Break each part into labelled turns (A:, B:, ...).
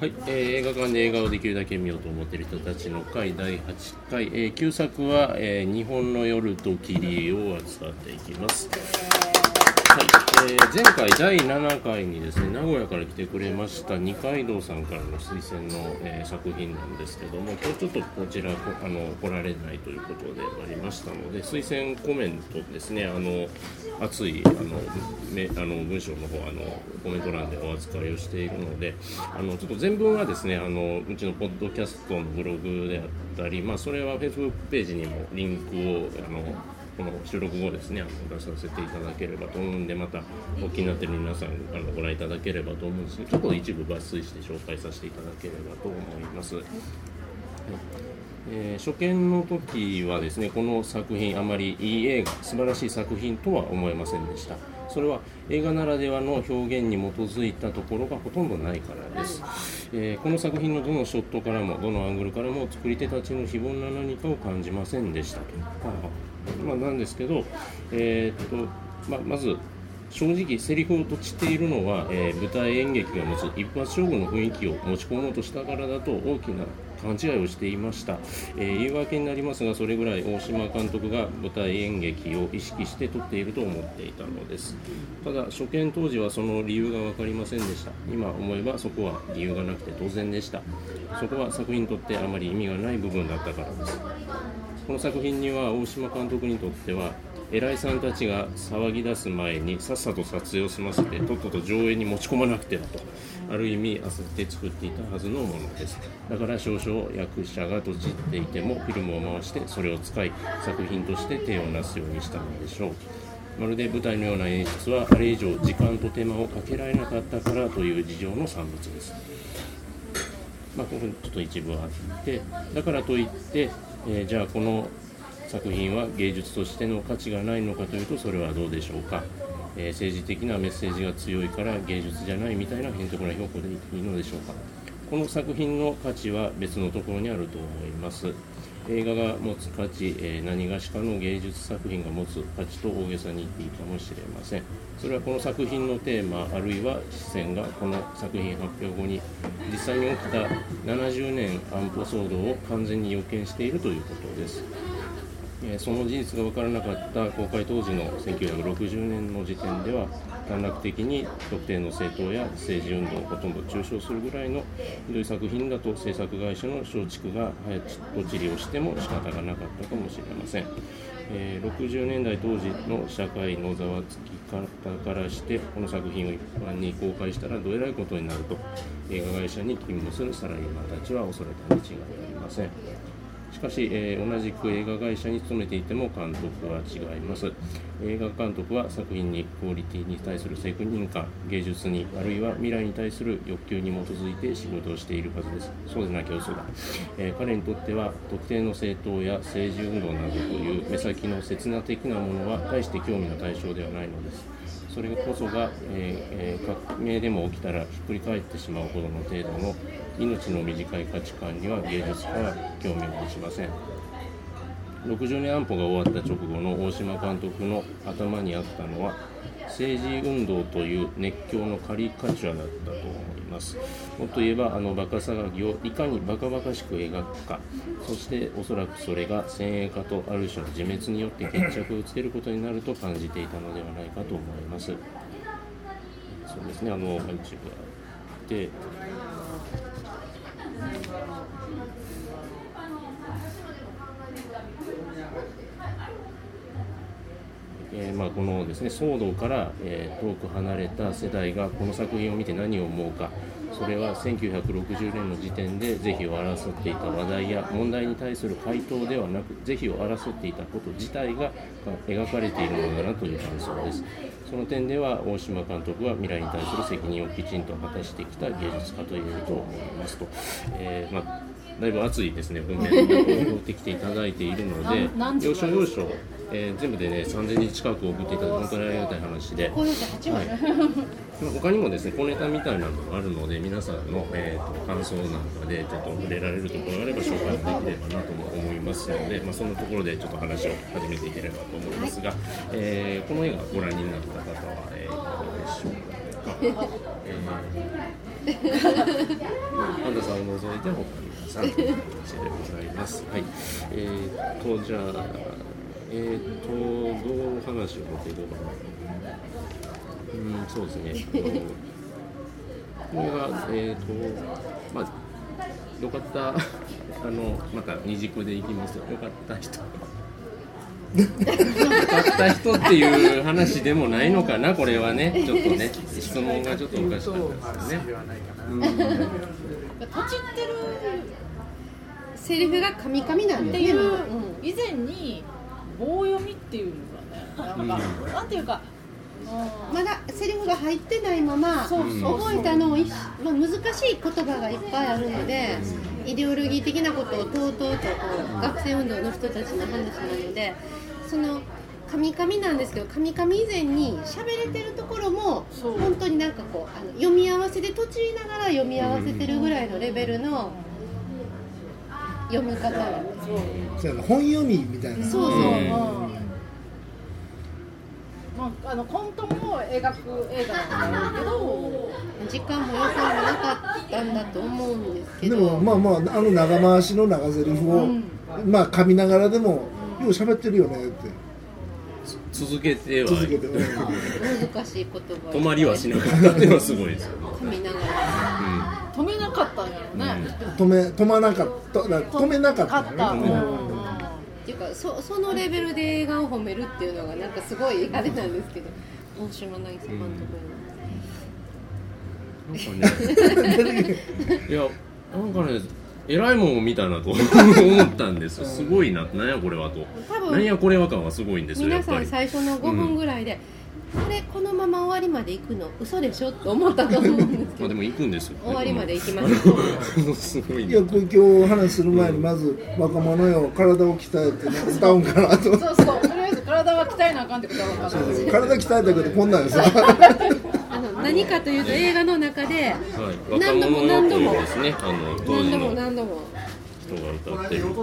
A: はい、えー映画館で映画をできるだけ見ようと思っている人たちの会第8回、えー旧作は、えー日本の夜と霧」を扱っていきます、はいえー前回第7回にですね名古屋から来てくれました二階堂さんからの推薦の、えー作品なんですけども今日ちょっとこちらこあの来られないということでありましたので推薦コメントですねあの熱いあのめあの文章の方あのコメント欄でお扱いをしているのであのちょっと全文はですねあのうちのポッドキャストのブログであったり、まあ、それは Facebook ページにもリンクをあのこの収録後ですね、あの出させていただければと思うんで、またお気になっている皆さん、あのご覧いただければと思うんですけど、ちょっと一部抜粋して紹介させていただければと思います。えー初見の時はですねこの作品あまりいい映画素晴らしい作品とは思えませんでしたそれは映画ならではの表現に基づいたところがほとんどないからです、えーこの作品のどのショットからもどのアングルからも作り手たちの非凡な何かを感じませんでしたと、まあ、なんですけど、えーっとまあまず正直セリフをとちているのは、えー舞台演劇が持つ一発勝負の雰囲気を持ち込もうとしたからだと大きな勘違いをしていました、えー言い訳になりますがそれぐらい大島監督が舞台演劇を意識して撮っていると思っていたのですただ初見当時はその理由が分かりませんでした今思えばそこは理由がなくて当然でしたそこは作品にとってあまり意味がない部分だったからですこの作品には大島監督にとっては偉いさんたちが騒ぎ出す前にさっさと撮影を済ませてとっとと上映に持ち込まなくてはとある意味焦って作っていたはずのものですだから少々役者が閉じっていてもフィルムを回してそれを使い作品として手をなすようにしたのでしょうまるで舞台のような演出はあれ以上時間と手間をかけられなかったからという事情の産物ですまあ、ここにちょっと一部あってだからといって、えーじゃあこの作品は芸術としての価値がないのかというとそれはどうでしょうか、えー政治的なメッセージが強いから芸術じゃないみたいな変則な評価でいいのでしょうかこの作品の価値は別のところにあると思います映画が持つ価値、えー何がしかの芸術作品が持つ価値と大げさに言っていいかもしれませんそれはこの作品のテーマあるいは視線がこの作品発表後に実際に起きた70年安保騒動を完全に予見しているということですえーその事実が分からなかった公開当時の1960年の時点では短絡的に特定の政党や政治運動をほとんど中傷するぐらいのひどい作品だと制作会社の松竹が早とちりをしても仕方がなかったかもしれません、えー60年代当時の社会のざわつき方からしてこの作品を一般に公開したらどえらいことになると映画会社に勤務するサラリーマンたちは恐れたに違いありませんしかし、えー同じく映画会社に勤めていても監督は違います映画監督は作品にクオリティに対する責任感芸術にあるいは未来に対する欲求に基づいて仕事をしているはずですそうでなきゃ嘘だ、えー彼にとっては特定の政党や政治運動などという目先の刹那的なものは大して興味の対象ではないのですそれこそが、えーえー革命でも起きたらひっくり返ってしまうほどの程度の命の短い価値観には芸術家は興味を持ちません60年安保が終わった直後の大島監督の頭にあったのは政治運動という熱狂のカリカチュアだったと思いますもっと言えばあのバカ騒ぎをいかにバカバカしく描くかそしておそらくそれが先鋭化とある種の自滅によって決着をつけることになると感じていたのではないかと思いますそうですねあの一部あってえーまあ、このですね騒動から、えー遠く離れた世代がこの作品を見て何を思うかそれは1960年の時点で是非を争っていた話題や問題に対する回答ではなく是非を争っていたこと自体がか描かれているものだなという感想ですその点では大島監督は未来に対する責任をきちんと果たしてきた芸術家と言えると思いますと、えーまあ、だいぶ熱いですね文面を送ってきていただいているので
B: 何何
A: 要所要所、えー全部でね3000人近く送っていただいて本当にありがたい話で。
B: こういうの八枚。
A: まあ他にもですね小ネタみたいなのがあるので皆さんの、えーと感想なんかでちょっと触れられるところがあれば紹介できればなとも思いますので、まあ、そのところでちょっと話を始めていければと思いますが、えーこの映画ご覧になった方は、えーどうでしょうか、えーまあ、パンダさんを除いて他皆さんという形でございます。はい、えー、っとじゃあえー、っとどうお話を持っていこうかな。うんそうですね。 あのこれがえー、っとまあよかったあのまた二軸でいきますよ。よかった人。よかった人っていう話でもないのかなこれはねちょっとね質問がちょっとおかしかったですね。
B: とちってるセリフがカミカミなん
C: っ
B: で
C: て
B: すね
C: い
B: みん
C: う
B: な
C: 以前に棒読みっていうのがねなんか
A: うん
C: なんていうか
B: まだセリフが入ってないまま
C: そうそう
B: 覚えたのをいし、まあ、難しい言葉がいっぱいあるのでイデオロギー的なことをとうとうとこう学生運動の人たちの話なのでその「神々」なんですけど「神々」以前に喋れてるところも
C: そう
B: 本当になんかこうあの読み合わせで途中ながら読み合わせてるぐらいのレベルの読み方
D: そうやな本読みみたいな
B: そうそう
A: うん
C: まあ、あのコントも描く映画なんだけど
B: 時間も予算もなかったんだと思うんですけ
D: で
B: ど。
D: もまあまああの長回しの長ゼリフを、まあ噛みながらでもよう喋ってるよねって
A: 続けては
D: 続けて、うん
B: 難しい言葉
A: 止まりはしなかったっていうのはすごいですよ ね。
B: 噛みながら
C: 止めなかったんやろね、
D: 止め止まなかった止めなかった
C: 勝
D: よ
C: っ
D: ね
C: た、うん
D: 止めな
B: っていうかそそのレベルで映画を褒めるっていうのがなんかすごいあれなんですけど大島渚監督の
A: うん、なんか ねいやなんかね偉いもんを見たなと思ったんですよすごいななんやこれはと
B: 多
A: なん
B: 分
A: やこれは感はすごいんですよや
B: 皆
A: っ
B: さ
A: ぱ
B: ん
A: り。
B: 最初の5分ぐらいで、これこのまま終わりまで行くの嘘でしょって思ったと思うんです
A: まあ
B: け
A: で
B: ど
A: も行くんですよ、ね、
B: 終わりまで行きましょう
A: すごい
D: い
A: ね
D: やこれ今日お話しする前にまず「若者よ体を鍛えて、ね、歌うんかな」と
C: そうそうとりあえず体は鍛えなあかんってことは分かった
D: 体鍛えたけどこんなんやさ
B: あの何かというと映画の中で
A: はい、若
B: 何度も
A: 者
B: 何
A: よ
B: 度
A: とい
B: も
A: うですねあの当
B: 何
A: 時
B: 度も
A: の
B: 何度も
A: 人が歌ってる
C: 60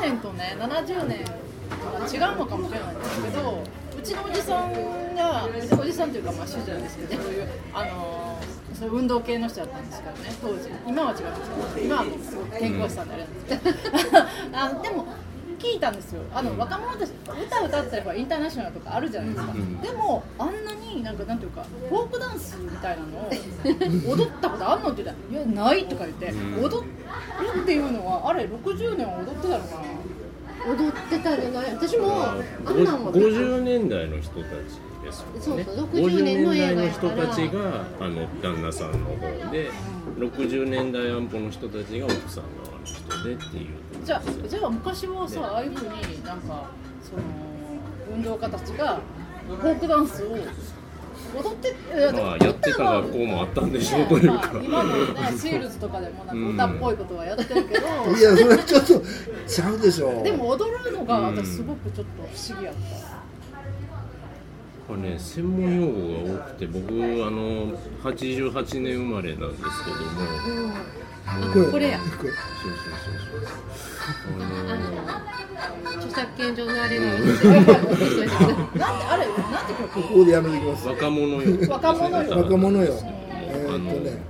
C: 年とね70年は違うのかもしれないんですけどうちのおじさんがうちのおじさんというかまあ主人ですけどそういうあのーそういう運動系の人だったんですからね当時今は違うんですけど今はもうすごく健康士さんであれなんですけど、あのでも聞いたんですよあの若者たち歌歌ったりほらインターナショナルとかあるじゃないですか、
A: ん
C: でもあんなになんかなんていうかフォークダンスみたいなのを踊ったことあるのって言ったら「いやない」とか言って、
A: うん
C: 踊るっていうのはあれ60年は踊ってたのかな
B: 踊ってたんじゃない私もあんなんは
A: 五十年代の人たちですもんね。
B: そうそう60年の
A: 50
B: 映
A: 年代
B: 画
A: の
B: やか
A: 人
B: ら
A: たちがあの旦那さんの方で、六十年代安保の人たちが奥さん側の人でっていう。
C: じゃあじゃあ昔はさああいうふうになんかその運動家たちがフォークダンスを踊って
A: まあやってた学校もあったんでしょうというか。
C: まあ今のねシールズとかでもなんか歌っぽいことはやっ てるけど、
D: いやそれちょっとちゃうでしょ
C: でも踊るのが私すごくちょっと不思議やった、
A: これね専門用語が多くて僕あの八十八年生まれなんですけども。
B: あこれや
D: こ
A: そうそうそ
D: れ
A: うそう。あの
B: あの著作権上のあれが落ちてる
C: なんであれなんて曲
D: ここでやめてきます
A: 若者よ。
C: 若者よ
D: 若者よえ
A: え
D: ー、っとね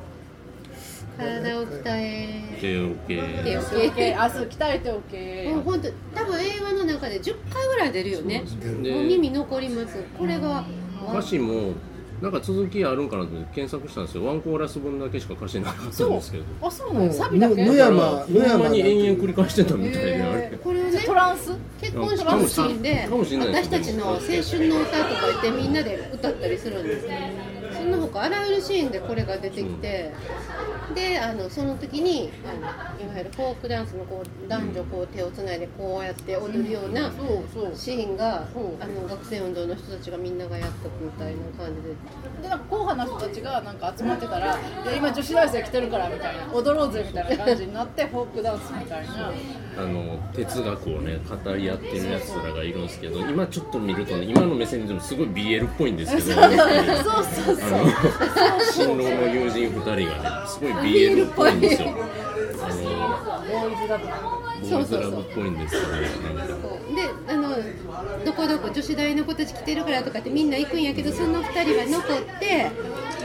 B: 体を鍛
A: あの
B: え
A: 手を受
B: て
A: け
B: お
C: 明日鍛えておけ
B: けもう本当多分映画の中で10回ぐらい出るよね
A: で
B: もう耳残りますこれが
A: 歌詞もなんか続きあるんかなと思って検索したんですよワンコーラス分だけしか歌詞なかったんですけど
C: あそうな
D: も
C: の
D: う
C: サビだけ
D: ぬ野
A: だか
D: 山
A: らほんまに延々繰り返してたみたいであ
C: え
A: れ
B: これをね
C: ートランス
B: 結婚式のシーンで
A: かもしれない
B: 私たちの青春の歌とか言ってみんなで歌ったりするんですよその他あらゆるシーンでこれが出てきてであのその時にあのいわゆるフォークダンスのこう男女こう手をつないでこうやって踊るような
C: そうそう
B: シーンがあの学生運動の人たちがみんながやったみたいな感じで
C: でなんか硬派な人たちがなんか集まってたら「いや今女子大生来てるから」みたいな「踊ろうぜ」みたいな感じになってフォークダンスみたいな
A: あの哲学をね語り合ってるやつらがいるんですけど今ちょっと見るとね今の目線でもすごい BL っぽいんですけど
C: そうそう
A: あ
C: そう
A: の新郎の友人2人がねすごい BL っぽいんですよあの
C: ボーイズだとか
A: ボーイズラブっぽいんですよねなんか
B: そうであのどこどこ女子大の子たち来てるからとかってみんな行くんやけどその2人は残って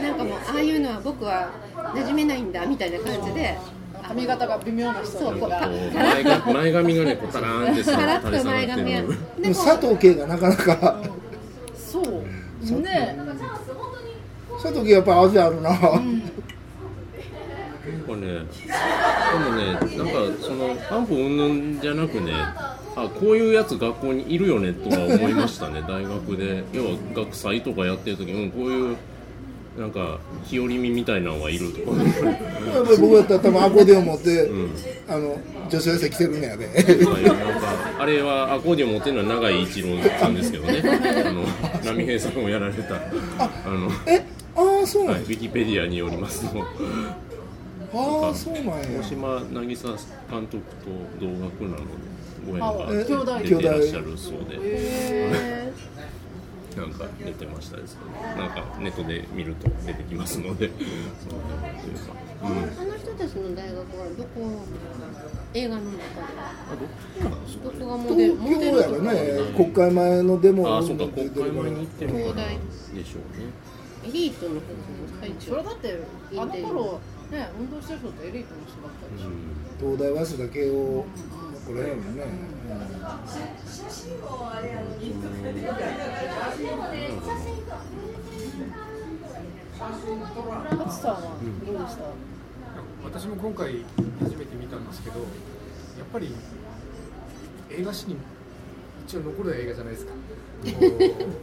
B: なんかもうああいうのは僕は馴染めないんだみたいな感じで
C: 髪型が微妙な人
B: そうこう
A: こ
B: パ
A: う
B: カラ
A: 前が
B: ッ
A: 前髪がねこうタラーンって
B: とカラ
A: さ垂
B: ッ
A: れ
B: と
A: 下が
B: 前
A: って
B: 髪や
A: る
B: で
A: の
D: でも佐藤圭がなかなか、
C: そうね
D: 佐藤圭やっぱ味あるな、
A: なんかね、でもね、なんかその安保云々じゃなくね、あこういうやつ学校にいるよねとは思いましたね、大学で、要は学祭とかやってる時、うんこういうなんか日和見みたいなのはいるとか、
D: やっぱり僕やったら多分アコーディオン持って、
A: うん、
D: あの女子大生来てるんやで、
A: とかいうなんかあれはアコーディオン持ってるのは永井一郎さんですけど ね、あの波平さんもやられた、あの、は
D: えああそうな
A: い、ウ
D: んや、
A: ィキペディアによりますと。
D: ああそうなんや
A: 大島渚監督と同学なのでご
C: あ
A: 縁
C: え兄
A: が
C: 弟
A: 出てらっしゃるそうで
C: へ
A: なんか出てましたですけどなんかネットで見ると出てきますのでそうというか、うん、あ
B: あの人たちの大学はどこ映画の中で
A: どっかなんですか
B: どこがモデルモ
D: 東
B: デ
D: 京
B: ル
D: や
B: と
D: ら
B: か
D: ね国会前のデモ
A: ああそうか国会前に行ってるのかなでしょ
B: 東
A: うね
B: エリートの方
C: え
B: です
C: それ
B: か
C: だってあの頃ね運動してる人ってエリートの人だったでしょ
D: 東大早稲田慶応これやもんね、
C: 勝さんはどうでした、
E: 私も今回初めて見たんですけどやっぱり映画史に一応残る映画じゃないですかこう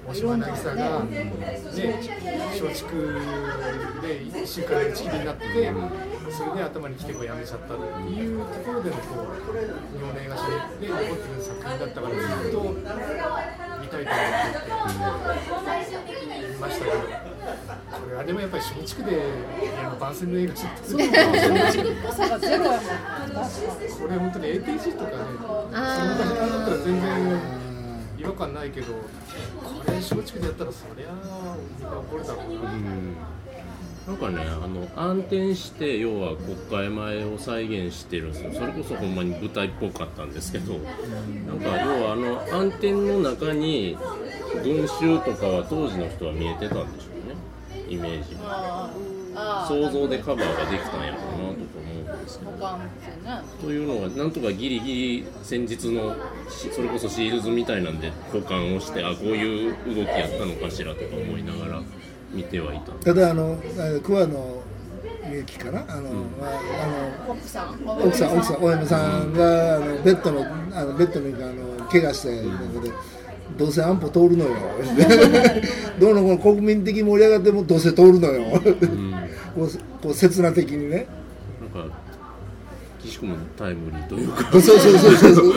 E: 大島渚が、ね、松竹で一週間打ち切りになってそれで頭に来てこうやめちゃったっていうところでのこう日本の映画史で残ってる作品だったからずっと見たいと思っていましたけどこれはでもやっぱり松竹であの番宣の映画史って
C: そう松竹っぽさがゼロやもん
E: これ本当に ATG とかね、そんな時間だったら全然違和感ないけど、これ松竹でやったらそりゃあ怒るだろうな。
A: なんかね、あの暗転して要は国会前を再現してるんですよそれこそほんまに舞台っぽかったんですけどなんか要はあの暗転の中に群衆とかは当時の人は見えてたんでしょうねイメージ
C: あーあー
A: 想像でカバーができたんやろうなとか思うんですけど
C: 保管ってね
A: というのがなんとかギリギリ先日のしそれこそシールズみたいなんで保管をしてあこういう動きやったのかしらとか思いながら見てはいたんで
D: ただあのあ桑野美幸かなあの、まあ
C: 奥さん
D: あの奥さん奥さん大山さんがあのベッドのあのベッドにあの怪我してなんかで。どうせ安保通るの よどうのこの国民的に盛り上がってもどうせ通るのよこうこう刹那的にね
A: なんか岸君もタイムリーというか
D: そうそうそうそうそう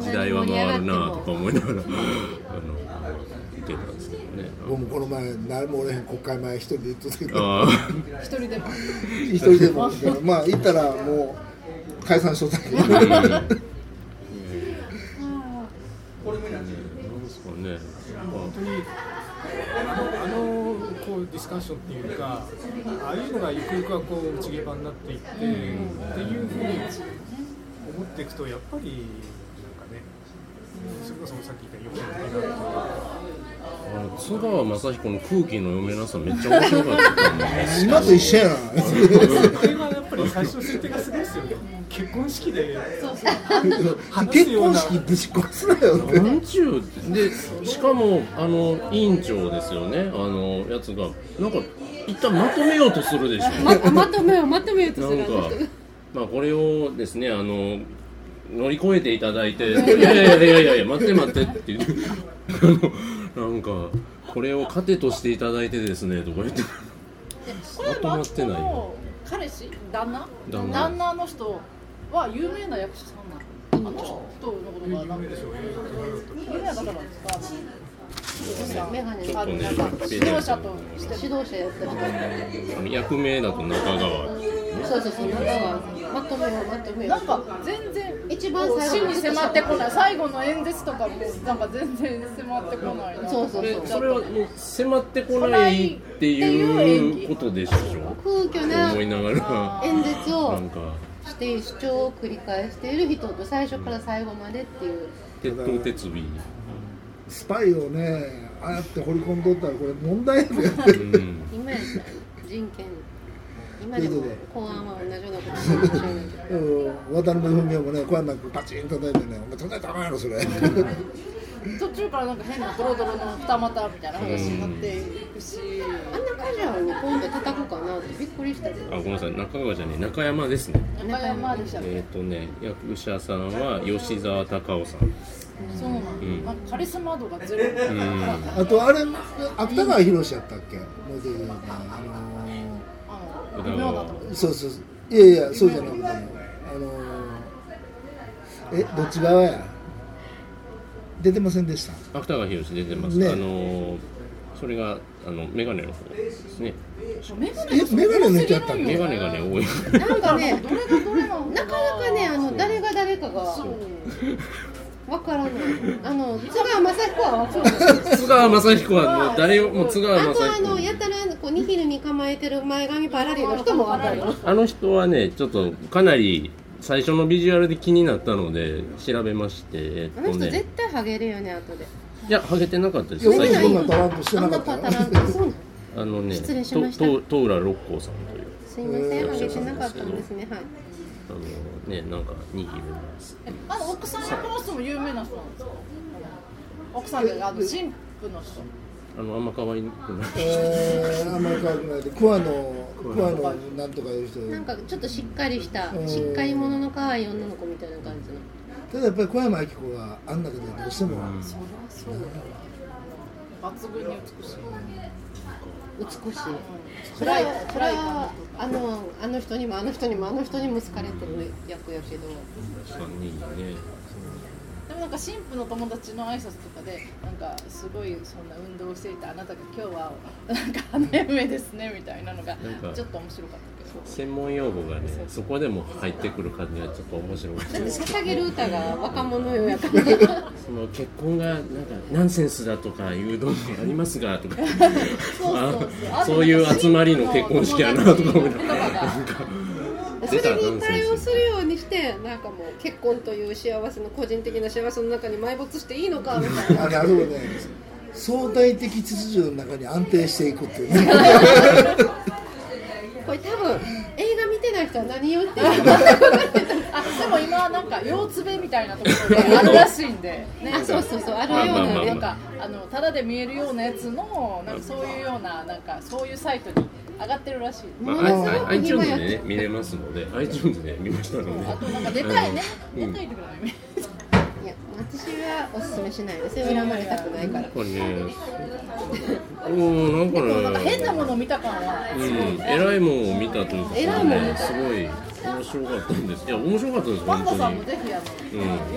A: 時代は回るなとか思いながらあの見てたんですけどね。
D: 僕もこの前何もおれへん国会前一人で行った時
A: あ
C: 一人でも
D: 一人でもみたいなまあ行ったらもう解散しとったけど
A: あ、うん。なんですかね。なんか
E: 本当にあのこうディスカッションっていうかああいうのがゆくゆくはこう内芸版になっていって、っていうふうに思っていくとやっぱりなんかねそれこそさっき言った余計な映画とか
A: あの津川雅彦の空気の読めなさめっちゃ面白かったもんね。
D: 今と一緒やな
E: これはやっぱり最初の設定がすごいですよね結婚式で
D: 結婚式ぶち壊すなよって
A: なんちゅうでしかもあの委員長ですよねあのやつがなんか一旦まとめようとするでしょ。
B: ままとめようまとめようと
A: な
B: する
A: ん
B: あの
A: か
B: 人、
A: まあ、これをですね、あの、乗り越えていただいて、いやいやいやいやいや、待って待ってっていう。 あのなんか、これを糧としていただいてですね、とか言って。
C: これ
A: まとまってない
C: マッコの彼氏旦那
A: 旦那
C: の人は有名な役者さんなのあの人のことがなんか有名な方なんですか
B: メガネ
A: ちょ
B: の
A: っとね
C: あなんか、指導者として
B: 指導者やった人
A: あの役名だと中川。
B: そうそうそう、なんか、まとめよう、まとめよ
C: な
B: う。
C: んか全然
B: 一番最後
C: 死に迫ってこない最後の演説とかもなんか全然迫ってこないな
B: そうそう
A: で
B: そう。
A: それはもう迫ってこないっていうことでしょ
B: 空虚な
A: 思いながら、
B: 演説を
A: なんか、
B: して主張を繰り返している人と最初から最後までっていう
A: 鉄頭鉄尾
D: スパイをねああやって掘り込んどったらこれ問題やで
A: うん
B: 今やったら人権今でも公安は同じようなことしてるかもしれないけど
D: うん渡辺文明もねこうやんなくパチン叩いてね「お前叩いたらあかんやろそれ」
C: 途中からなんか変なドロドロの二股みたいな話になっていくし、
B: あんなカジュアルに今度叩くかなってびっくりしたけ
A: あ
B: ど
A: ごめんなさい中川じゃねえ中山ですね
C: 中山でしたっけ
A: えっ、とね役者さんは吉沢隆夫さん
C: そうなんだ、
A: ん
C: なんかカリスマ度がゼロ、あ
D: あとあれ芥川宏やったっけもう出てたあ
C: の微妙だと思
D: の
C: う
D: ーそうそうそういやいやそうじゃなくてあのーえどっち側や出てませんでした
A: 芥川宏出てます、
D: ね
A: あのーそれがあの眼鏡の方ですね
C: メガ
D: えメガネの人やったっけ
A: 眼鏡がね多い
B: なんか
C: ね
B: ね
C: どれがどれなの
B: なかなかねあの誰が誰かが
C: そう
B: わからないあの津川雅彦はわからない
A: 津川雅彦はもう誰よもう津川
B: あ
A: 雅
B: とあの
A: 彦
B: やたらこうニヒルに構えてる前髪パラリの人もわかる
A: あの人はねちょっとかなり最初のビジュアルで気になったので調べましてえ
B: あ
A: っ
B: の
A: と
B: 人絶
A: ね
B: 対ハゲるよね後で
A: いやハゲてなかったで
D: い
A: す
D: や
A: 最初
D: 俺そんなタランプして
B: あ
D: なんか
B: な
D: っ
B: パ
D: たよ
B: タランってそうなの
A: あのね
B: 失礼しました
A: とと戸浦六甲さんという
B: すいませんハゲてなかったんですねはい
A: あのねなんか握るんです
C: あの奥さんのこの人も有名な人なんですか奥さんであの神父の人
A: あのあんま可愛くない
D: えー、あんまり変わくないで桑野桑野なんとかいう人
B: なんかちょっとしっかりした
D: うん
B: しっかり者の可愛い女の子みたいな感じの
D: ただやっぱり小山明子があん中でどうしても、
C: そりゃそうだよ抜群に美しい
B: 美しい
C: 暗い
B: そ
C: 暗
B: れ
C: い感
B: はあのあの人にもあの人にもあの人にも好かれてる役やけど
A: 三人ね
C: でもなんか神父の友達の挨拶とかでなんかすごいそんな運動をしていたあなたが今日はなんか花嫁ですねみたいなのが
A: なんか
C: ちょっと面白かったけど
A: 専門用語がねそこでも入ってくる感じがちょっと面白くて
B: 捧げる歌が若者用やから
A: その結婚がなんかナンセンスだとかいう論点ありますがとか
C: そうそう
A: あそういう集まりの結婚式やなとか思いながらなんか
B: それに対応するようにしてなんかもう結婚という幸せの個人的な幸せの中に埋没していいのかみたいな
D: あれあれもね相対的秩序の中に安定していくっていうね
B: これ多分映画見てない人は何を言ってるのか
C: あでも今なんか腰つべみたいなところがあるらしいんで、ね、
B: あそうそうそうあるよ
A: まあまあ
B: うな
A: まあ
C: なん
B: ね
C: かあのただで見えるようなやつのなんかそういうようななんかそういうサイトに上がってるらしい。
A: まあ、
D: もう
A: i- i- iTunes でね見れますので iTunes で見ましたので
C: あとなんかでかいね、
A: う
C: で
A: ん
C: かいところね。
B: いや私はおすすめしないですよ恨まれたくないから
A: これねうんなん
C: こうなん
A: か
C: か変
A: ね
C: なものを見た感は。
A: うん、偉いもんを見たというか、ね、
B: 偉いもん見た
A: すごい面白かったんです。いや、面白かったです、
C: ワンダ
A: 本
C: さ
A: 当
C: ん
A: に
C: も。ぜひあ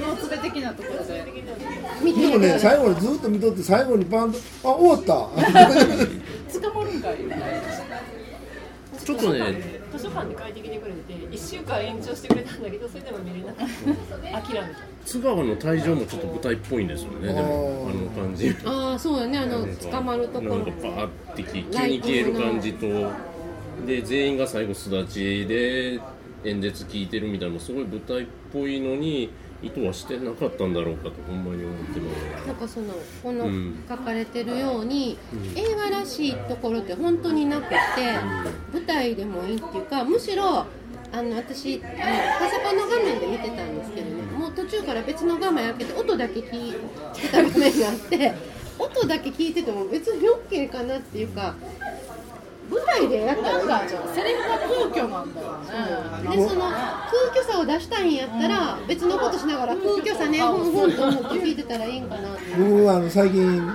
C: の腰つべ的なところで。
B: 見て
D: で
B: みて
D: も
B: く
D: ね
B: ださい
D: 最後にずっと見とって最後にパンと「あ終わった」
C: 捕まるんかい。
A: ちょっとね、
F: 図書館で借りてきてくれて1週間延長してくれたんだけどそれでも見れなかった諦めた
A: 津川の退場もちょっと舞台っぽいんですよね、でも、あの感じ。
B: ああそうだねあの捕まるところ
A: なんかバーってき急に消える感じとで全員が最後巣立ちで演説聞いてるみたいなのもすごい舞台っぽいのに意図はしてなかったんだろうかとほんまに思っても
B: なんかそのこ
A: う
B: の
A: ん
B: 書かれてるように、映画らしいところって本当になくて、舞台でもいいっていうかむしろあの私あのパソコンの画面で見てたんですけどねもう途中から別の画面開けて音だけ聞いてた画面があって音だけ聞いてても別に OK かなっていうか舞台でやったらいい
C: なんん
B: じゃ
C: か
B: ん
C: セリフが空虚なんだよね。
B: でその空虚さを出したいんやったら別のことしながら空虚さねほんほんと思って聞いてたらいいんかなって。
D: 僕はあの最近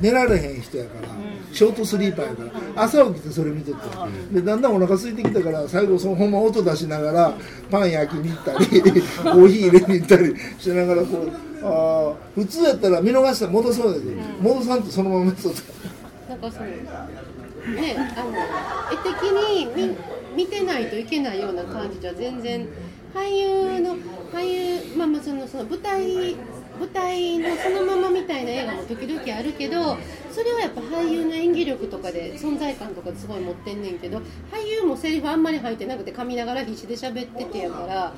D: 寝られへん人やから、ショートスリーパーやから朝起きてそれ見とって、でだんだんお腹空いてきたから最後そのほんま音出しながらパン焼きに行ったり コーヒー入れに行ったり しながらこうあー普通やったら見逃したら戻そうやけど、戻さんとそのまま見とった。
B: なんかそのねあの絵的に見見てないといけないような感じじゃ全然俳優の俳優まあまあそのその舞台舞台のそのままみたいな映画も時々あるけどそれはやっぱ俳優の演技力ととかで存在感とかすごい持ってんねんけど俳優もセリフあんまり入ってなくて噛みながら必死で喋っててやから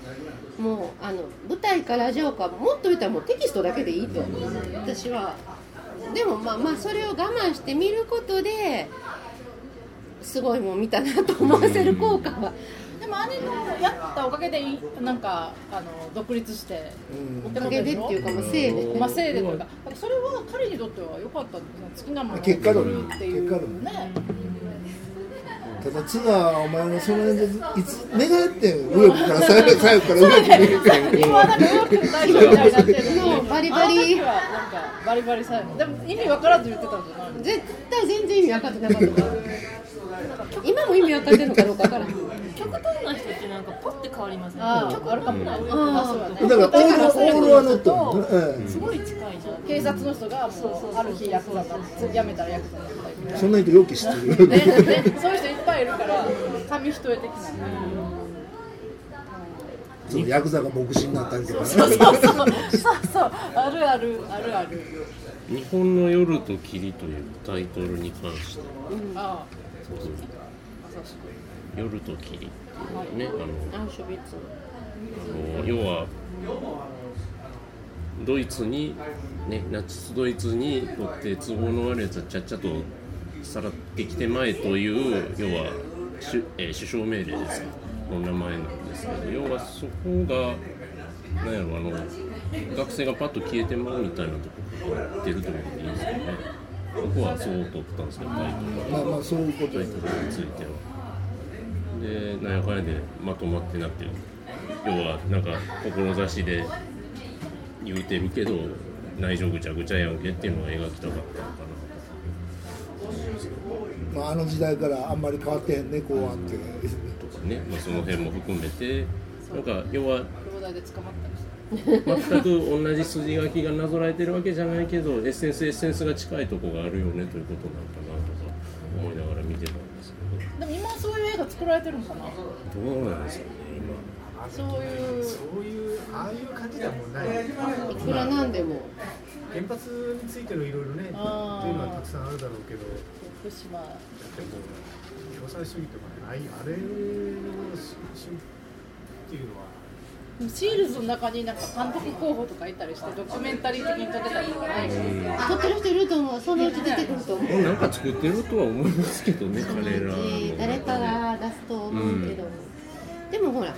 B: もうあの舞台かラジオかもっと言ったらもうテキストだけでいいと私はでもまあまあそれを我慢して見ることですごいもう見たなと思わせる効果は
C: でも姉のやったおかげでいなんかあの独立して、
D: う
B: お
D: ん
B: かげでっていうかまあせいで
C: まあ、せいでというかそれは彼にとっては良かったんですね好きなものを
D: 結果
C: 作
D: 論
C: るってい
D: 結果論
C: うね
D: ただツアーお前のその辺でいつ目が合ってん右翼から左翼左右から右翼に
C: 最近はなんかよく大丈夫みたいになってるの
B: そう
C: に
B: バリバリ
C: あの時はなんかバリバリ最後でも意味わからず言ってたんじゃないの
B: 絶対全然意味分かってなかったから今も意味分かってるのかどうか分からん
F: 極端な人ってなんかパッて変わりますね
C: あああるかもな上
F: うん
C: からそうだね
D: だからオールはオールはノット
C: そう
D: うん
F: すごい近いじゃん
C: 警察の人がもうある日役だった辞めたら役だったみたいな
D: そんな人よく知ってる
C: ねねそういう人いっぱいいるから紙一重的な
D: そのヤクザが牧師になったりとかね
C: そうそうそうそうあるあるあるある
A: 日本の夜と霧というタイトルに関して
C: あ
A: 夜と霧っていうね、あ
B: アウシュビッツ
A: のあの要はドイツに、ね、ナチスドイツにとって都合の悪いやつはちゃっちゃとさらってきてまえという要はしゅ、えー首相命令ですかの名前なんですけど要はそこがなんやろあの学生がパッと消えてまうみたいなとこが出ると思うんでいいんですけどね僕はそう取ったんですけどタイトルは
D: まあまあそういう
A: タ
D: こと
A: イトルについては。で、なんやかんやでまとまってなって、要はなんか、志で言うてるけど、内情ぐちゃぐちゃやんけっていうのを描きたかったのか
D: まああの時代からあんまり変わってへんね公安って
A: なとかね、まあ、その辺も含めて、なんか、要は
C: あ兄弟で捕まったりし
A: 全
C: て
A: く同じ筋書きがなぞらえてるわけじゃないけど、エッセンス、エッセンスが近いとこがあるよねということなんかなとか思いながら見てたんですけ
C: でも今そういう映画作られてるのかな
A: ど、どうなんですかね、
C: そういう
E: そういうああいう感じではもうない
B: いくらなんでも
E: 原発についてのいろいろねっていうの
C: あー
E: はたくさんあるだろうけど
C: 福島
E: だってもう共産主義とかねああいうあれのししっていうのは
C: でもシールズの中になんか監督候補とかいたりしてドキュメンタリー的に撮ってたりとかない
B: 撮ってる人いると思うそのうち出てくると思
A: 今。
B: う
A: なんか作ってるとは思いますけどね、彼らの中で。
B: 誰かが出すと思うけど、でもほら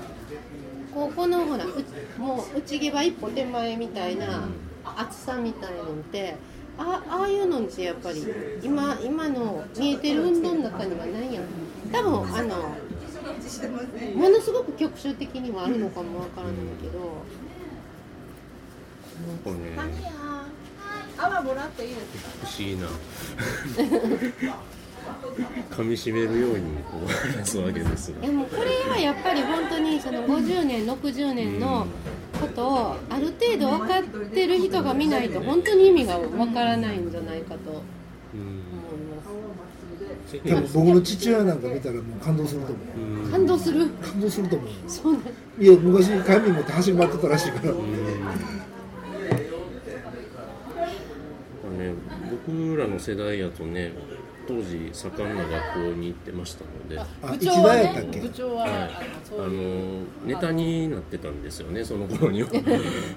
B: ここのほらうもう内毛は一歩手前みたいな厚さみたいのってあああいうのってやっぱり今今の見えてる運動の中にはないやん多分あのものすごく局所的にはあるのかもわからないけど、
A: これね、
C: 泡もらっていいですか
A: 不思議な噛み締めるようにこう話すわけですが
B: でもこれはやっぱり本当にその50年60年のことをある程度分かってる人が見ないと本当に意味が分からないんじゃないかと思い
A: うん
D: 多分僕の父親なんか見たらもう感動すると思う
B: ます感動する
D: 感動すると思う
B: そうなん
D: いや昔紙持って走り回ってたらしいから
A: ね、僕らの世代やとね当時盛んな学校に行ってましたので。
D: あ
C: 部長は
D: 一番やった
C: ね
D: っけ
C: 部長はあの
A: あ
C: そういう
A: のネタになってたんですよね、その頃 には、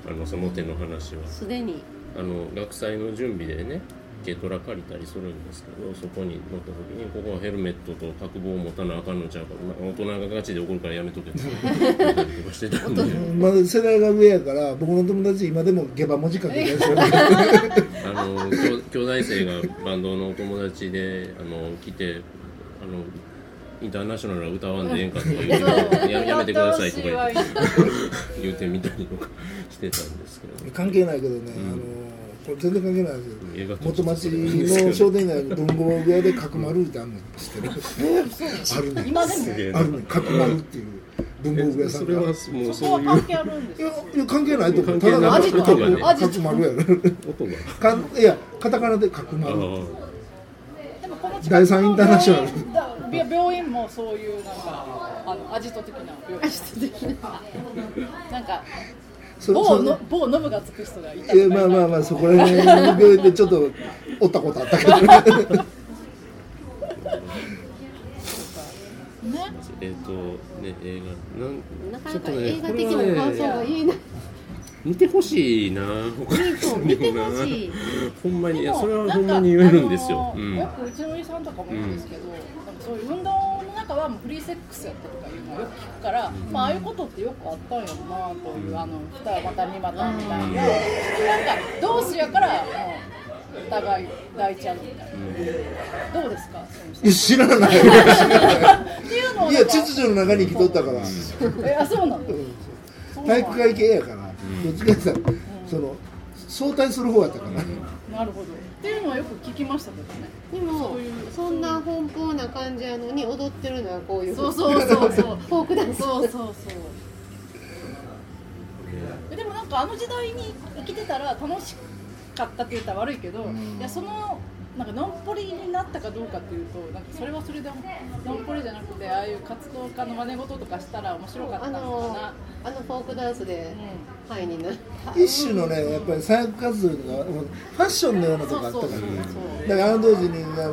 A: あのその手の話は。
B: すでに
A: あの学祭の準備でね軽トラ借りたりするんですけどそこに乗った時にここはヘルメットと角棒を持たなあかんのちゃうか、まあ、大人がガチで怒るからやめと けって言ったりとかしてたんで
D: まだ世代が上やから僕の友達今でも下馬文字かけてるんですよ
A: あのきょ兄弟生がバンドのお友達であの来てあのインターナショナルは歌わんでええんかとか言うて
C: そう
A: ややめてくださいとか言
C: や
A: っ
C: っててほしいわ
A: 言うてみたりとかしてたんですけど。
D: 関係ないけどね、あのこれ全然関係ない
A: 映画
D: です
A: と
D: けど元町の商店街の文豪小屋で角丸ってあるの知 ってるあるね
C: 今でも
A: すげえな
D: あるね角丸っていう文豪小
A: え
D: 屋さ
A: そ
D: ん
A: れ
D: が
A: はいも
D: や
A: う
C: そ
A: そ
C: こ
A: う
C: は
A: いう
C: 関係あるんですよ
D: いや関係ないと思う
A: 関係
D: た
A: な
D: だ
A: い
D: の
A: ことがね
D: 角丸やろ
A: 音が。
D: かいやカタカナで角
A: あ
D: 丸
A: ー
C: でもこの近くの
D: 第三インターナ ショ
C: ナル病院もそういうなんかあのアジト的な病院なんか
D: それ
C: 某
D: それ
C: の某ノブがつく人がいた
D: いやま あまあまあそこら辺の病院でちょっとおったことあったけどね
C: ね
A: えっ、とね映画なん
B: なか
A: ちょ
B: な
A: っ
B: か
A: とね
B: 映画的な感想が言えない。
A: 見てほしいな他
B: ねそう
A: にも
B: 見て
A: な
B: ほしい
A: ほんまにい
C: で
A: や
C: も
A: それはほんま
C: なか
A: に言えるんですよ、
C: あの
A: うん
C: よくうちのおじさんとかも言うんですけど、なんかそういう運動の中はもうフリーセックスやったとかいうのをよく聞くから、まあああいうことってよくあったんやろなという、あの二股二股みたいな、なんか同士やからもうお互い抱いちゃうみたいな、どうですかそ
D: いや知らない
C: のっていうのを
D: い
C: なんか
D: や秩序の中に来とったから
C: えあそうなの、
D: 体育会系やからどっちかって言ったらその相対する方やったから
C: なるほどっていうのはよく聞きましたけどね
B: でもそんな奔放な感じやのに踊ってるのはこういう
C: そうそうそうそう
B: フォークダンス
C: そうそうそうでもなんかあの時代に生きてたら楽しかったって言ったら悪いけど、いやそのなんかのんぽりになったかどうかっていうとなんかそれはそれでのんぽりじゃなくてああいう活動家の真似事とかしたら面白かった
B: あ
C: のか
B: の
C: な、
B: あのフォークダンスで
C: う、
B: ハイになる
D: 一種のねやっぱり最悪活動とかファッションのようなんと
C: そ
D: こあ
C: う
D: った
C: そう
D: か
C: そう
D: ら
C: そう
D: ねだからあの当時にあ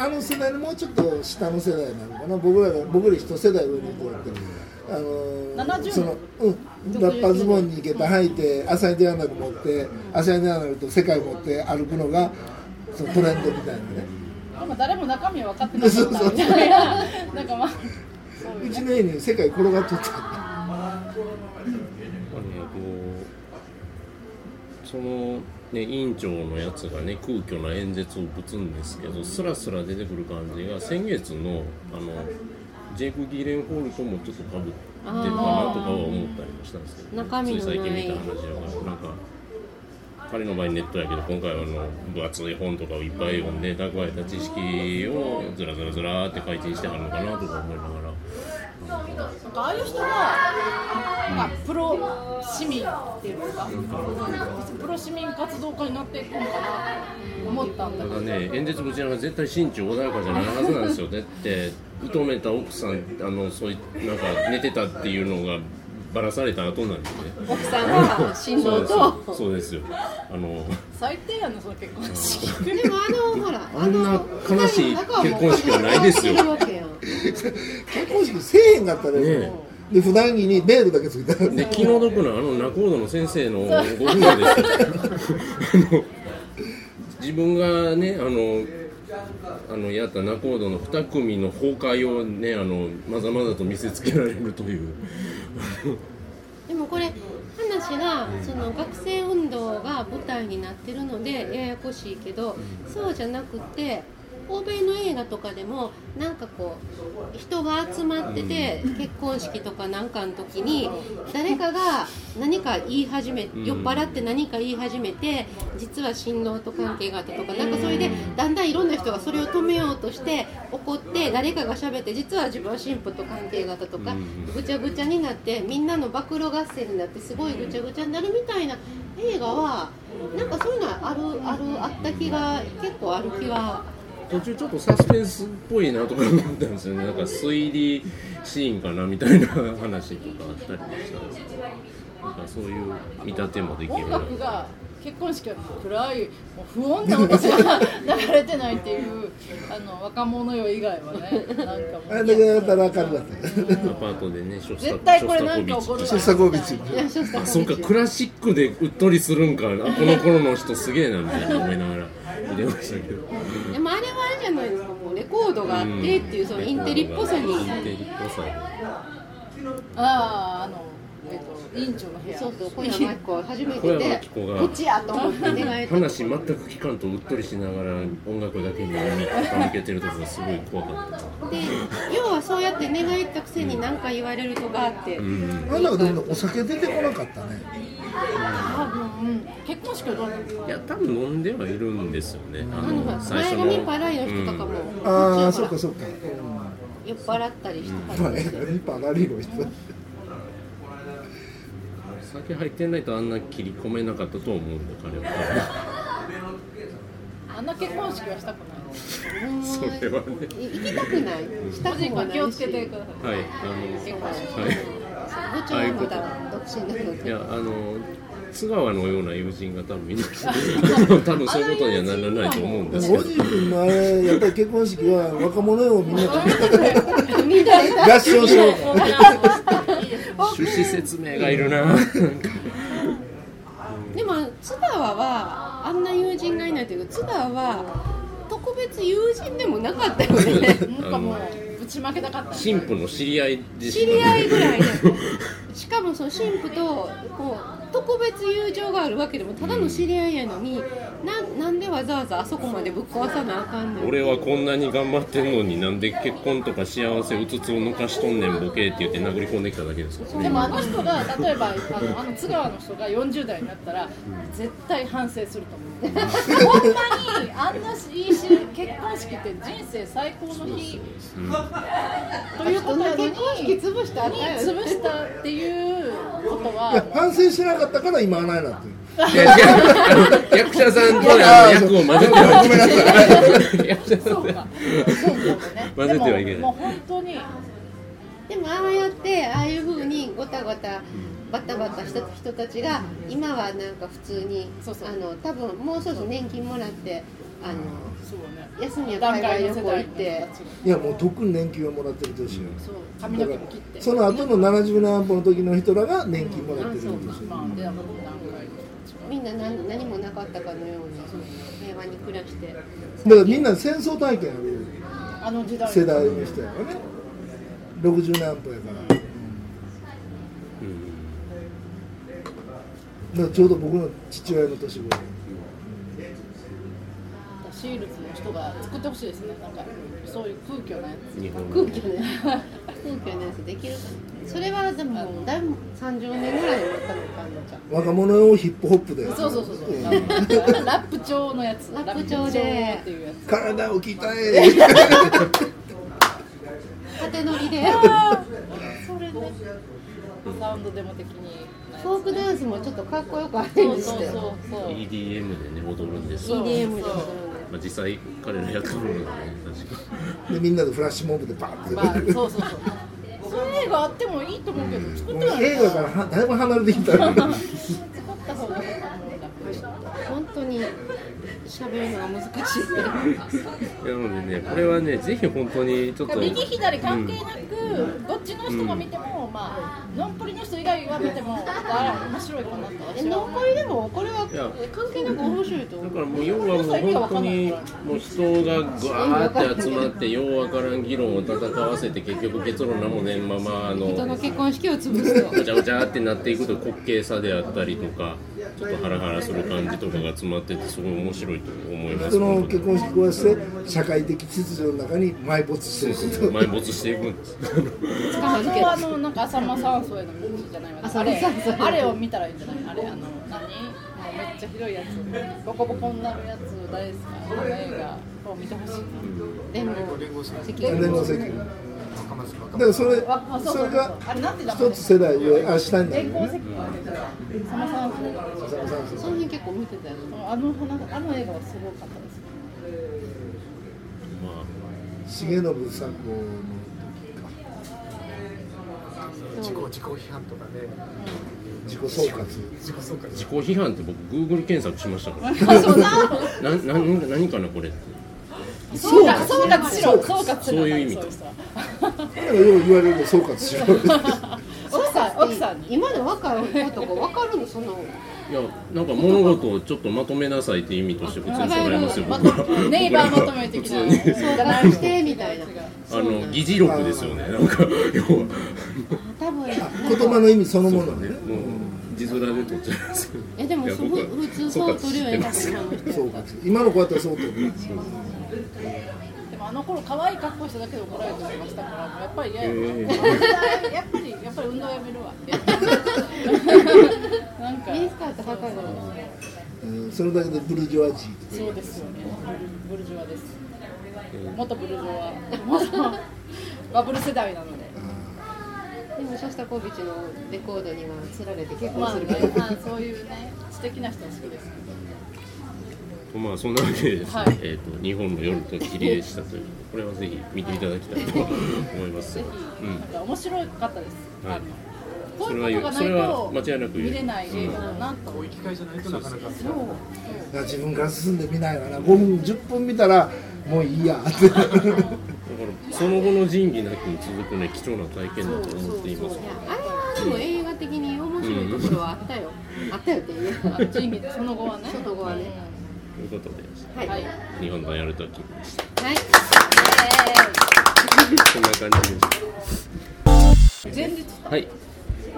D: のあの世代のもうちょっと下の世代なのかな僕らが僕より一世代上の子だってあの
C: 70
D: その、うん、ラッパズボンに下駄履いて朝日アナル持って朝日アナルと世界を持って歩くのがそのトレンドみたいなね
C: なんか誰も中身分かってなかったみたいななんかまあそういうう
D: ち
C: ね
D: の家に世界転がっとった
A: まあね、こうその、ね、委員長のやつがね空虚な演説をぶつんですけどスラスラ出てくる感じが先月のあのジェイク・ギレンホールともちょっとかぶってるかなとかは思ったりもしたんですけど、
B: 中身の
A: つい最近見た
B: ない
A: 話だからなんか彼の場合ネットやけど今回はあの分厚い本とかをいっぱい読んで蓄えた知識をずらずらずらーって改陳してはるのかなとか思いながら。
C: なんかああいう人が、なんかプロ市民っていうのか、プロ市民活動家になっていくのかなと思ったんだ
A: た
C: け
A: だ
C: ど、
A: ね演説ぶちながら絶対心中穏やかじゃないはずなんですよだって射止めた奥さんあのそういなんか寝てたっていうのがばらされた後なんでね
B: 奥さんが新
A: そうで
B: 郎
A: す
B: と
A: そうですよあの
C: 最低やね、その結婚式。
B: でもあのほら
A: あんな悲しい結婚式はないですよ
B: あの二人の中はもう完璧なわけやん
D: 結婚式せえへんかったら、
A: ね
D: で普段着にベールだけついた
A: で気の毒なあの仲人の先生のご夫婦ですよあの自分がねあのあのやった仲人の2組の崩壊をねあのまざまざと見せつけられるという
B: でもこれ話がその学生運動が舞台になってるのでややこしいけどそうじゃなくて欧米の映画とかでもなんかこう人が集まってて結婚式とかなんかの時に誰かが何か言い始め酔っ払って何か言い始めて実は新郎と関係があったとかなんかそれでだんだんいろんな人がそれを止めようとして怒って誰かが喋って実は自分は新婦と関係があったとかぐちゃぐちゃになってみんなの暴露合戦になってすごいぐちゃぐちゃになるみたいな映画はなんかそういうのはあるあるあった気が結構ある気は
A: 途中ちょっとサスペンスっぽいなとか思ったんですよねなんか推理シーンかなみたいな話とかあったりもしたんですけどなんかそういう見立てもできる
C: 音
A: な
C: 楽が結婚式は暗い、もう不穏な音しか流れてないっていう、あの若者よ以外はね、なんかも
D: あれ
C: う
D: だけやったら明るかった
A: アパートでねショスタ
C: 絶対これなん
A: シ
C: か
A: ョ
C: 起
A: ス
C: こ
A: タコビッ
C: るわ
A: チ
D: ショスタコービッチ
B: いやそうした
A: あそうかクラシックでうっとりするんかあこの頃の人すげえなみたいな思いながら見てましたけど
B: でもあれはあれじゃないですかもうレコードがあってっていうそのインテリっぽさに
A: インテリっぽさに
C: ああ、あの、えっと、委員長の部屋。
B: そうそう小山明子初め
A: 小
B: て
A: 山
B: で
A: 明子が
B: こっちやと思って願えた
A: 話全く聞かんとうっとりしながら音楽だけに耳傾けてるところがすごい怖かった
B: で要はそうやって願いったくせに何か言われるとかあって、
A: うん
D: あんなかでもお酒出てこなかったね
C: 多分、うん結婚式はどうなの
A: いや多分飲んではいるんですよねあ
B: あのほら前髪パライの人とかも、
A: うん
D: ああ
B: 途中
D: そっ
B: ほ
D: からそっか
B: 酔っ払ったりしてた
D: まあ
B: り
D: ねパラリーゴ人
A: 酒入ってないとあんな切り込めなかったと思うんで彼 は
C: あんな結婚式はしたくない。
A: それはね
B: い行きたくないした
C: 個
B: く
C: 人
B: もな
C: は
B: いし
C: 気をつけてください。
A: はいあの
C: 結婚式
A: はい
B: 部長はまだ独身なの
A: い
B: で
A: やあの津川のような友人が多分みんな来 て多分そういうことにはならないと思うん
D: で
A: です
D: も
A: け
D: お
A: ど
D: じい君のあれやっぱり結婚式は若者よみんな
B: みんなで
D: 合唱しよう
A: 趣旨説明がいるな
B: でも津川はあんな友人がいないというか津川は特別友人でもなかったよね
C: なんかもうぶちまけたかった
A: 神父の知り合いでした
B: 知り合いぐらいでしかもその神父とこう特別友情があるわけでもただの知り合いやのにななんでわざわざあそこまでぶっ壊さなあかんねん
A: 俺はこんなに頑張ってんのになんで結婚とか幸せうつつを抜かしとんねんボケって言って殴り込んできただけですから
C: で
A: ね
C: もあの人が例えばあのあの津川の人が40代になったら絶対反省すると思うほんまにあんないいし結婚式って人生最高の日ということなのに
B: 結婚式潰してあったよね
C: 潰したっていうこと
D: いや
C: は
D: 反省してなかったから今あないなっていう
A: いやいやあの役者さんとあの役を混ぜてはいけない役者さ
C: そ
A: ん と
C: うかそうかもね
A: 混ぜてはいけない
C: でももう本当に
B: でもああやってああいう風にごたごたバタバタした人たちが今はなんか普通に
C: そうそう
B: あの多分もうそろそろ年金もらってあの
C: そうね
B: 休みは海外旅行行って
C: 段階の世代の人たちが
D: いやもう特に年金はもらってる年よ
C: そう髪の毛も切って
D: その後の70何歩の時の人らが年金もらってるんですよ
C: まあでも段階の
B: みんな何何もなかったかのように平和に暮らして
D: だからみんな戦争体験ある
C: あの時代
D: 世代の人やからね60何歩やからだからちょうど僕の父親の年頃
C: シールズの人が作ってほしいですねなんかそういう空虚なやつ
A: 日本
B: 空気の空気のやつできるかなそれはでもだいぶ30年ぐらいになったのかんのちゃん
D: 若者をヒップホップで
C: そうそうそうそう、
D: ん
C: あのラップ調のやつ
B: ラップ調で
C: ラップ調っていうや
D: 体を鍛 え
B: 縦乗りで
C: つそれねサウンドデモ的に
B: フォークダンスもちょっとかっこよくアレンジして
C: そうそう
A: EDM でね踊るんです、ま
B: EDM で踊る
A: あ、実際彼らやってるのがね確か
D: でみんなでフラッシュモブでバーって、
C: まあそうそうそうそういう映画あってもいいと思うけど作ってない
D: 映画からはだいぶ離れてきたよ
C: 作った方がいいと思うんだ
B: 本当に喋るのが難しい
A: なのでねこれはねぜひ本当にちょっと
C: 右左関係なく、どっちの人が見ても、まあノンポリの人以外が見てもあ面白いかなと
B: え
C: 私は
B: 残りでもこれはい
A: や
B: 関係なく面白いと思
A: だ
B: う
A: からもう要はもう本当にもう人がぐわーって集まってようわからん議論を戦わせて結局結論なもねんままあ
B: 人の
A: の
B: 結婚式を潰すと
A: ごちゃごちゃってなっていくと滑稽さであったりとかちょっとハラハラする感じとかが詰まっててすごい面白いと思います
D: その結婚式壊して社会的秩序の中に埋没してる
A: 埋没していくんです
B: 使わ
C: あ
B: ず
C: そ
B: け
C: こはあのなんか浅間山荘への道じゃないわ
B: 浅
C: あ
B: 間
C: れ
B: 山荘
C: あれを見たらいいんじゃないあれあの何もうめっちゃひどいやつボコボコになるやつ誰ですかあの映画を見てほしい
B: でも
E: 連合政
B: 席
D: 連合責任
E: 若松若
D: だからそれ
C: なあそうそ
D: それ
C: うそう
D: が
C: あれなんて名前
D: 一つ世代上あ下になる
C: 連
D: よ
C: 行
D: ね
C: 席浅間山荘
D: 浅野さん
B: その辺結構見てたよね
C: あの花あの映画はすごかったですね
A: ま
D: 重信さんも
E: 自己自己批判とかで
D: 自己総括
E: 自己総
A: あ
E: 括
A: 自己批判って僕 Google 検索しましたから
C: あそう
A: な
C: な
A: な何かなこれって
C: そうか総括しろ総括しろ
A: そういう意味か
C: そうそう
D: だからよう言われるの総括しろ
C: 奥さん奥さんに
B: 今の若い子とか分かるのその
A: いやなんか物事をちょっとまとめなさいって意味として普通に捉えますよ僕は
C: ネイバーまとめ的な
A: 普通に
C: そう
B: 総括してみたいな
A: あの議事録ですよねなんか要は
B: 多分なんか
D: 言葉の意味そのものね
A: もう字面で取っちゃいますけど
B: えでも
A: いや
B: す
A: 僕
B: ごい
A: は
B: 普通そう取るよね
A: 総括してます
D: 総括今の子やったらそう取る
C: でもあの頃可愛い格好しただけで怒られてましたからもうやっぱり嫌やわ、
A: え
C: やっぱりやっぱり運動やめるわなんか
B: ミニスカートはかるの
D: うんそれだけでブルジョワジーとか
C: そうですよねブルジョワです元ブルジョワ 元バブル世代なので
B: でもシャスタコービチのレコードにはつられて結婚
C: まあ
B: す
C: ね
B: るけど、
C: まあそういうね知的な人は好きですね
A: まあそんなわけでですね、
C: はい
A: えー、と日本の夜と切り絵したというこれはぜひ見ていただきたいと思います、
C: なんか面白かったです、
A: はい
C: あのこういうことがな
A: それは間
C: い
A: 違いな
C: と
A: く言える
C: 見れない映画だなと
E: こう
C: 思
E: いう
C: っ
E: 機会じゃないとなかなか
C: そう
D: だから自分から進んでみないわな5分10分見たらもういいやって
A: らその後の仁義なきに続くね貴重な体験だと思っています
B: いやあれはでも映画的に面白いところはあったよ、あったよって言う
C: あ仁義でその後はね
B: その後はね
A: ということで
B: はい
C: うん
B: は
C: はいい、
A: 日本版やるときでしたこんな感じでした
C: 前日
A: はい、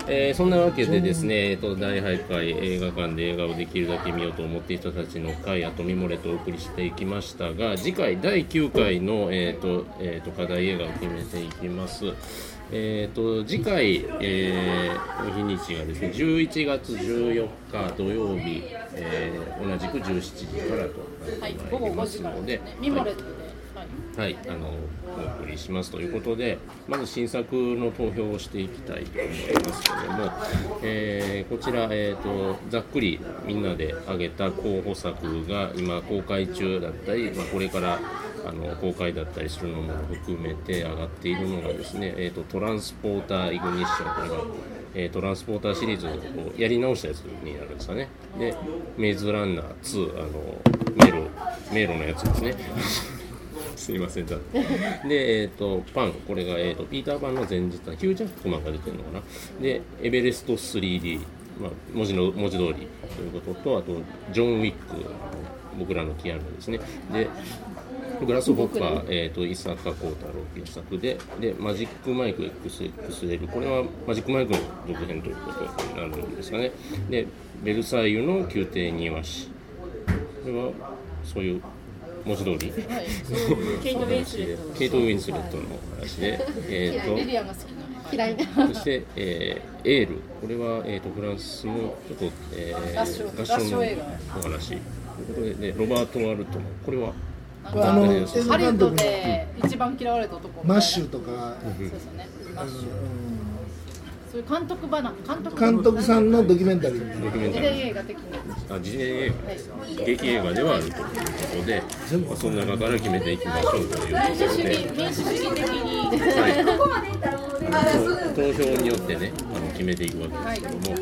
A: えーそんなわけでですね、えっと大徘徊映画館で映画をできるだけ見ようと思っていた人たちの会あとミモレとお送りしていきましたが次回第9回の、えーとえーと課題映画を決めていきます。えー、と次回、えー日にちがですね11月14日土曜日、えー同じく17時からとな
C: はい
A: って
C: 午
A: まい
C: 後
A: りま
C: 5時
A: す
C: から
A: の
C: で
A: で、
C: すねミモレ
A: はい
C: ットで、はい
A: はい、あのお送りしますということで、まず新作の投票をしていきたいと思いますけども、えーこちら、えーと、ざっくりみんなで挙げた候補作が今、公開中だったり、まあ、これからあの公開だったりするのも含めて上がっているのがですね、えーと、トランスポーター・イグニッション、これが、えートランスポーターシリーズをやり直したやつになるんですかね。で、メイズランナー2、あの迷路迷路のやつですね。すいません、だって。で、えっ、と、パン、これが、えっ、と、ピーターパンの前日だ、ヒュージャックマンが出てるのかな。で、エベレスト 3D、まあ、文字の、文字通りということと、あと、ジョン・ウィック、僕らのキアヌですね。で、グラスホッパー、えー、と伊坂幸太郎という作でで、マジックマイク XXL、これはマジックマイクの続編ということになるんですかね。で、ベルサイユの宮廷庭師、これはそういう文字通り。
C: はい、
F: ケイト・ウィンスレットの
A: ケイト・ウィンスレットの話で、え
C: リ
A: ー
C: リアが好きな、はい
B: 嫌いな
A: とそして、えーエール、これは、えー、とフランスのちょっと、えー
C: 合唱
A: 合唱の
C: 合唱映
A: お話ということで、でロバート・ワルトの、これは
C: なん
D: あ
C: か
D: の
A: 映
D: 映
C: ハ
D: 画
C: リウッ
D: 監
C: ド
D: 督の
C: で一番嫌われた男
D: マッシュ
C: み
D: とか、
C: たいなそうですよねマ
D: あ
C: ッ
D: の
C: シュそういう監督ばな監督
D: 監督さんのドキュメンタリーみたいな
A: ドキュメン
C: 時
A: タリー
C: 代映画的に
A: あ自伝映画、劇映画ではあるということで、まあ、その中から決めていきましょうという
C: 民主
A: こと
C: 主
A: で、
C: 義民主主義的に
A: はい、投票によってね、あの決めていくわけですけども、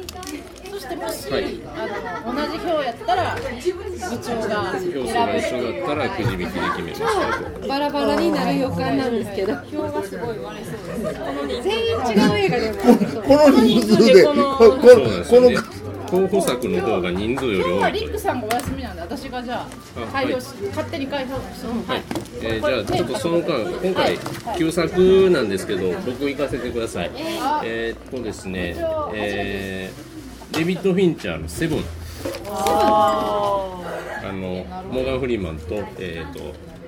C: そしてもし、
A: はい
C: あの同じ票やったら部長が選べ
A: 票数
C: る
A: が一緒だったらくじ引きで決めましょうと。
B: バラバラになる予感なんですけど
F: 票がすごい割れそうです。この人数
B: 全員違う映画でもあるそう
D: この人数でこ
A: そ
D: ここ
A: うなんですよね
D: の。
A: 候補作の方が人数より
C: 今日
A: 多
C: はい
A: と
C: リ
A: い
C: ッ
A: う
C: ク。さんがお休みなんで私がじゃ
A: あ
C: あ開票し、勝手に開票しよう
A: はい。えー、
C: こ
A: じゃ
C: れ
A: あちょっとその間今
C: は
A: 回
C: いはい
A: 旧作なんですけど僕行かせてください。えーっとですね、えー、デビッド・フィンチャーのセブン。あのモーガン・フリーマンとえーっと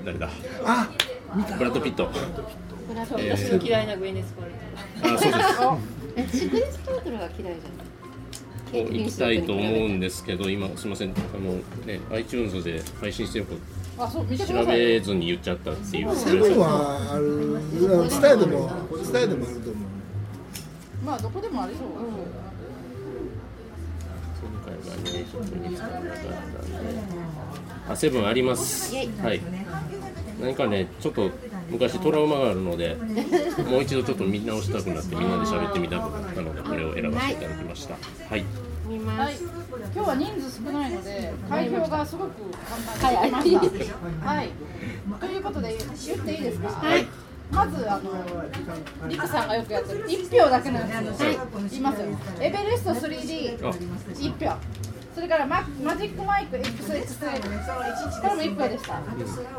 A: 誰だ。
D: あ
A: ブラッド・ピット。え
F: 私の
A: ー、
F: 嫌いなグエネスパル
A: あそうです。
B: えシクレストートルは嫌いじゃん
A: 行きたいと思うんですけど今すみませんあのね iTunes で配信してよく
C: あそう見てくだ
A: 調
C: さい
A: べずに言っちゃったっていう。
D: セブンはあるスタイルもスタイルもあると思う
C: まあどこでもありそう、
A: 今回はね、ちょっと見つからなかったんで。あ、セブンあります。はい。何かね、ちょっと昔トラウマがあるので、もう一度ちょっと見直したくなって、みんなで喋ってみたくなったので、これを選ばせていただきました。はい。
B: 見ま
C: はい
B: す、
C: 今日は人数少ないので、開票がすごく簡単にできました。はい、ということで、言っていいですか。
B: はい
C: まず、あの、リクさんがよくやってる一票だけのやつ、はい、言いますよ。エベレスト 3D
A: あ、
C: 一票。それからママジックマイク XXL これも一票でした。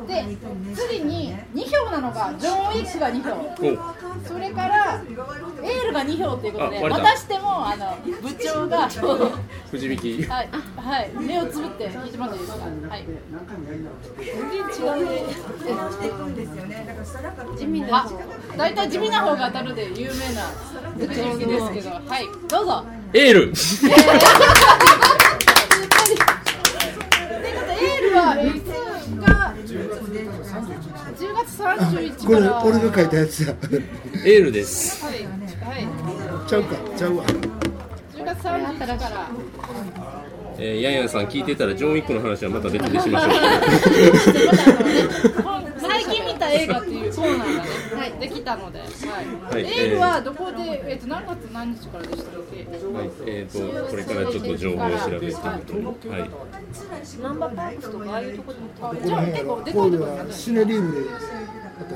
C: で、次に二票なのがジョン・ウィックが二票。
A: お、
C: それからエールが二票ということ
A: あ
C: で、
A: 割れ
C: ま
A: た
C: たしてもあの部長が。
A: くじ引き。
C: はい、はい、目をつぶって聞いてもらっていいですか。はい。
B: 地味な
C: あ
B: 方、
C: だいたい地味な方が当たるで有名な部長ですけど、はい、どうぞ。
A: エール。
C: ということでエールはいつが10月31日
D: こ
C: か
D: れ
C: ら。
D: 俺が書いたやつや
A: エールです。
C: はい、はい、
D: ちゃうかちゃうわ
C: 10月31日から。
A: えー、ヤンヤンさん聞いてたら、ジョンウィックの話はまた別でしましょう。
C: 最近見た映画っていうコーナーがね、
B: はい
C: できたので、はい
A: はい
C: エールはどこで、えっと何月何日からでしたっけ
A: はい、えーと、これからちょっと情報を調べてみて、はい、
F: ナンバーパークスとかああいうとこでも
C: あ
D: こ
C: じ
D: の
C: ゃあ
D: 辺や
C: 結構
D: ろこ
C: で
D: れ
C: かいとこ
D: はシ
C: に
D: ネリウムであたりか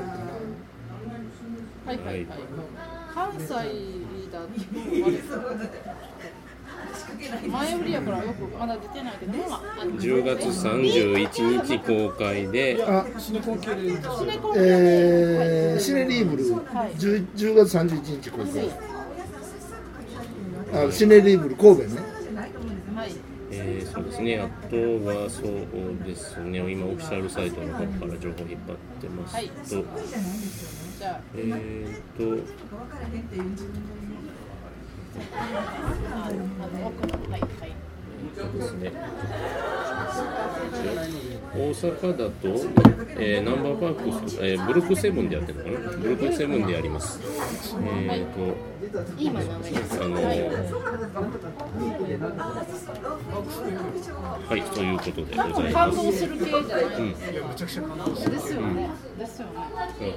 D: な
C: はいはいはい
A: はい
C: 関西だと前売りやからよくまだ出てないけどまああの
A: 10月31日公開で、
D: あ
E: シネコン系で
C: シネコン
D: えー、シネリーブル、
C: い
D: 10, 10月31日公開あシネリーブル神戸ね
C: はい
A: えーそうですね、あとはそうですね、今、オフィシャルサイトの方から情報を引っ張ってますと、
C: はいじゃ
A: えーと、
C: ああの奥のはいはい
A: そうですね。大阪だと、えーナンバーパークス、えーブルックセブンでやってるのかな、ブルックセブンでやります。えーと、
B: 今名前です。
A: あのはい、ということで
C: 多
A: ござ
C: 分
A: いま
C: 感
A: す。
C: 動する系じゃない
A: うん、
E: いやめちゃくちゃ感動して
C: ですよねですよね
A: そうね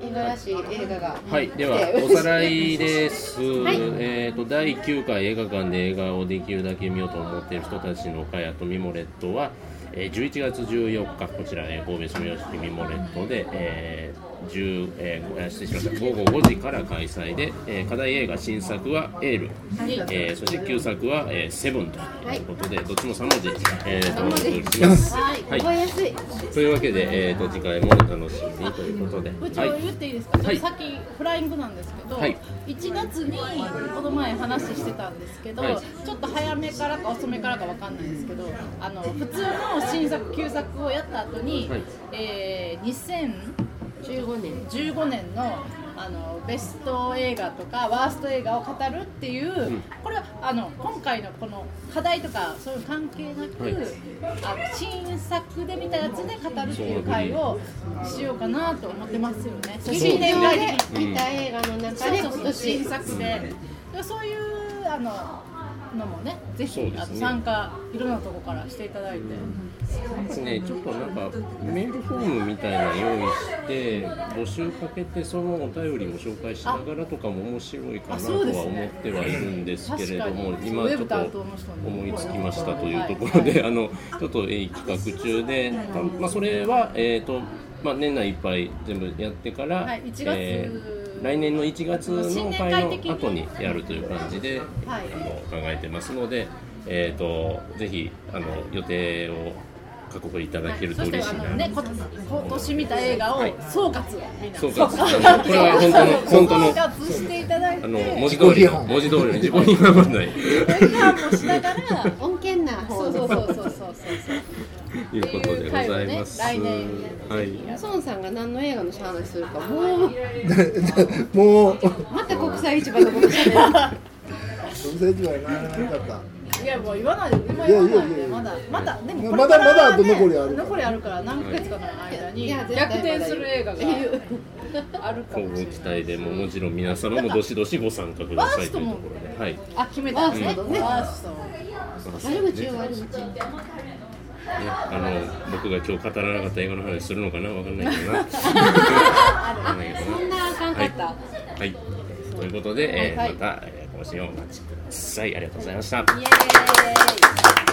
B: 映画らしい映画が。
A: はい、ではおさらいです。えっと第9回映画館で映画をできるだけ見ようと思っている人たちの会やとミモレットは、えー11月14日こちら、えー神戸住吉ミモレットで、えー10えーごえー失礼しました午後5時から開催で、えー課題映画新作は「エール」えーそして旧作は「えーセブン」ということで、どっちも3文字、えー、とお送りします。
B: はい、覚えやすい。は
A: というわけで、えー、と次回もお楽しみにということで。
C: 部長
A: はい
C: 言っていいですか、
A: はい
C: さっきフライングなんですけど、
A: はい
C: 1月にこの前話してたんですけど、
A: はい
C: ちょっと早めからか遅めからかわかんないですけどあの普通の新作旧作をやった後に、
A: はい
C: えー2015年年のあのベスト映画とかワースト映画を語るっていう、
A: ん
C: これはあの今回のこの課題とかそういう関係なく、
A: はい
C: あの新作で見たやつで語るっていう会をしようかなと思ってますよね。
B: い。
C: 新年会で、
B: 劇場で見た映画の中で今
C: そうそう
B: 年
C: 新作で、そういうあののもね、ぜ
A: そう
C: ひ、
A: ですね
C: あの参加いろんなとこからしていただいて、
A: ですね、ちょっとなんかメールフォームみたいなの用意して募集かけてそのお便りも紹介しながらとかも面白いか
C: あ
A: なと
C: そうです
A: は
C: ね
A: 思ってはいるんですけれども、
C: 確かに
A: 今
C: ウ
A: ち
C: ェ
A: ょ
C: ブ
A: っと
C: 担当の人に
A: 思いつきましたというところで、あのちょっとえー企画中で、たまあ、それは、えーとまあ、年内いっぱい全部やってから、
C: はい1月
A: えー来年の1月の会の後にやるという感じで、
C: はい
A: あの考えてますので、えー、とぜひあの予定を確保いただけると
C: そして
A: 嬉し
C: あ
A: いな、
C: のねこ今年見た映画を総括みんな
A: 総括これは本当の本当の
C: 総括していただいて、
A: あの文字通りの
D: 自己批判
A: 文字通りの自己批判問題
C: 批判もしなが ら。
B: 恩恵な方
C: そうそうそうそうそうそう
A: ということでございます。
C: 来年や
A: はい
B: 孫さんが何の映画の話するかもう
D: もう
B: また国際市場のことじゃない
D: 国際市場やなよかった
C: いやもう言わないで今言わない
D: いやいやい
C: で
D: や
C: まだまだでも
D: まだまだあと残りあるから
C: 残りあるから何ヶ月かの間に
B: いや絶対
C: 逆転する映画があるか
A: 今
C: も
A: 後
C: しれ
A: 期
C: ない
A: 待でももちろん皆様もどしどしご参加くださいというところで、はい。
C: あ決めたんですね
B: ワーストね
C: ワースト
B: 悪口よ悪口
A: ね、あの僕が今日語らなかった映画の話するのかなわかんないけど な。わかんないけど
B: そんなあかんかった、
A: なはい。ということで、えー
C: はい
A: また、えー更新をお待ちください。ありがとうございました。
C: イエーイ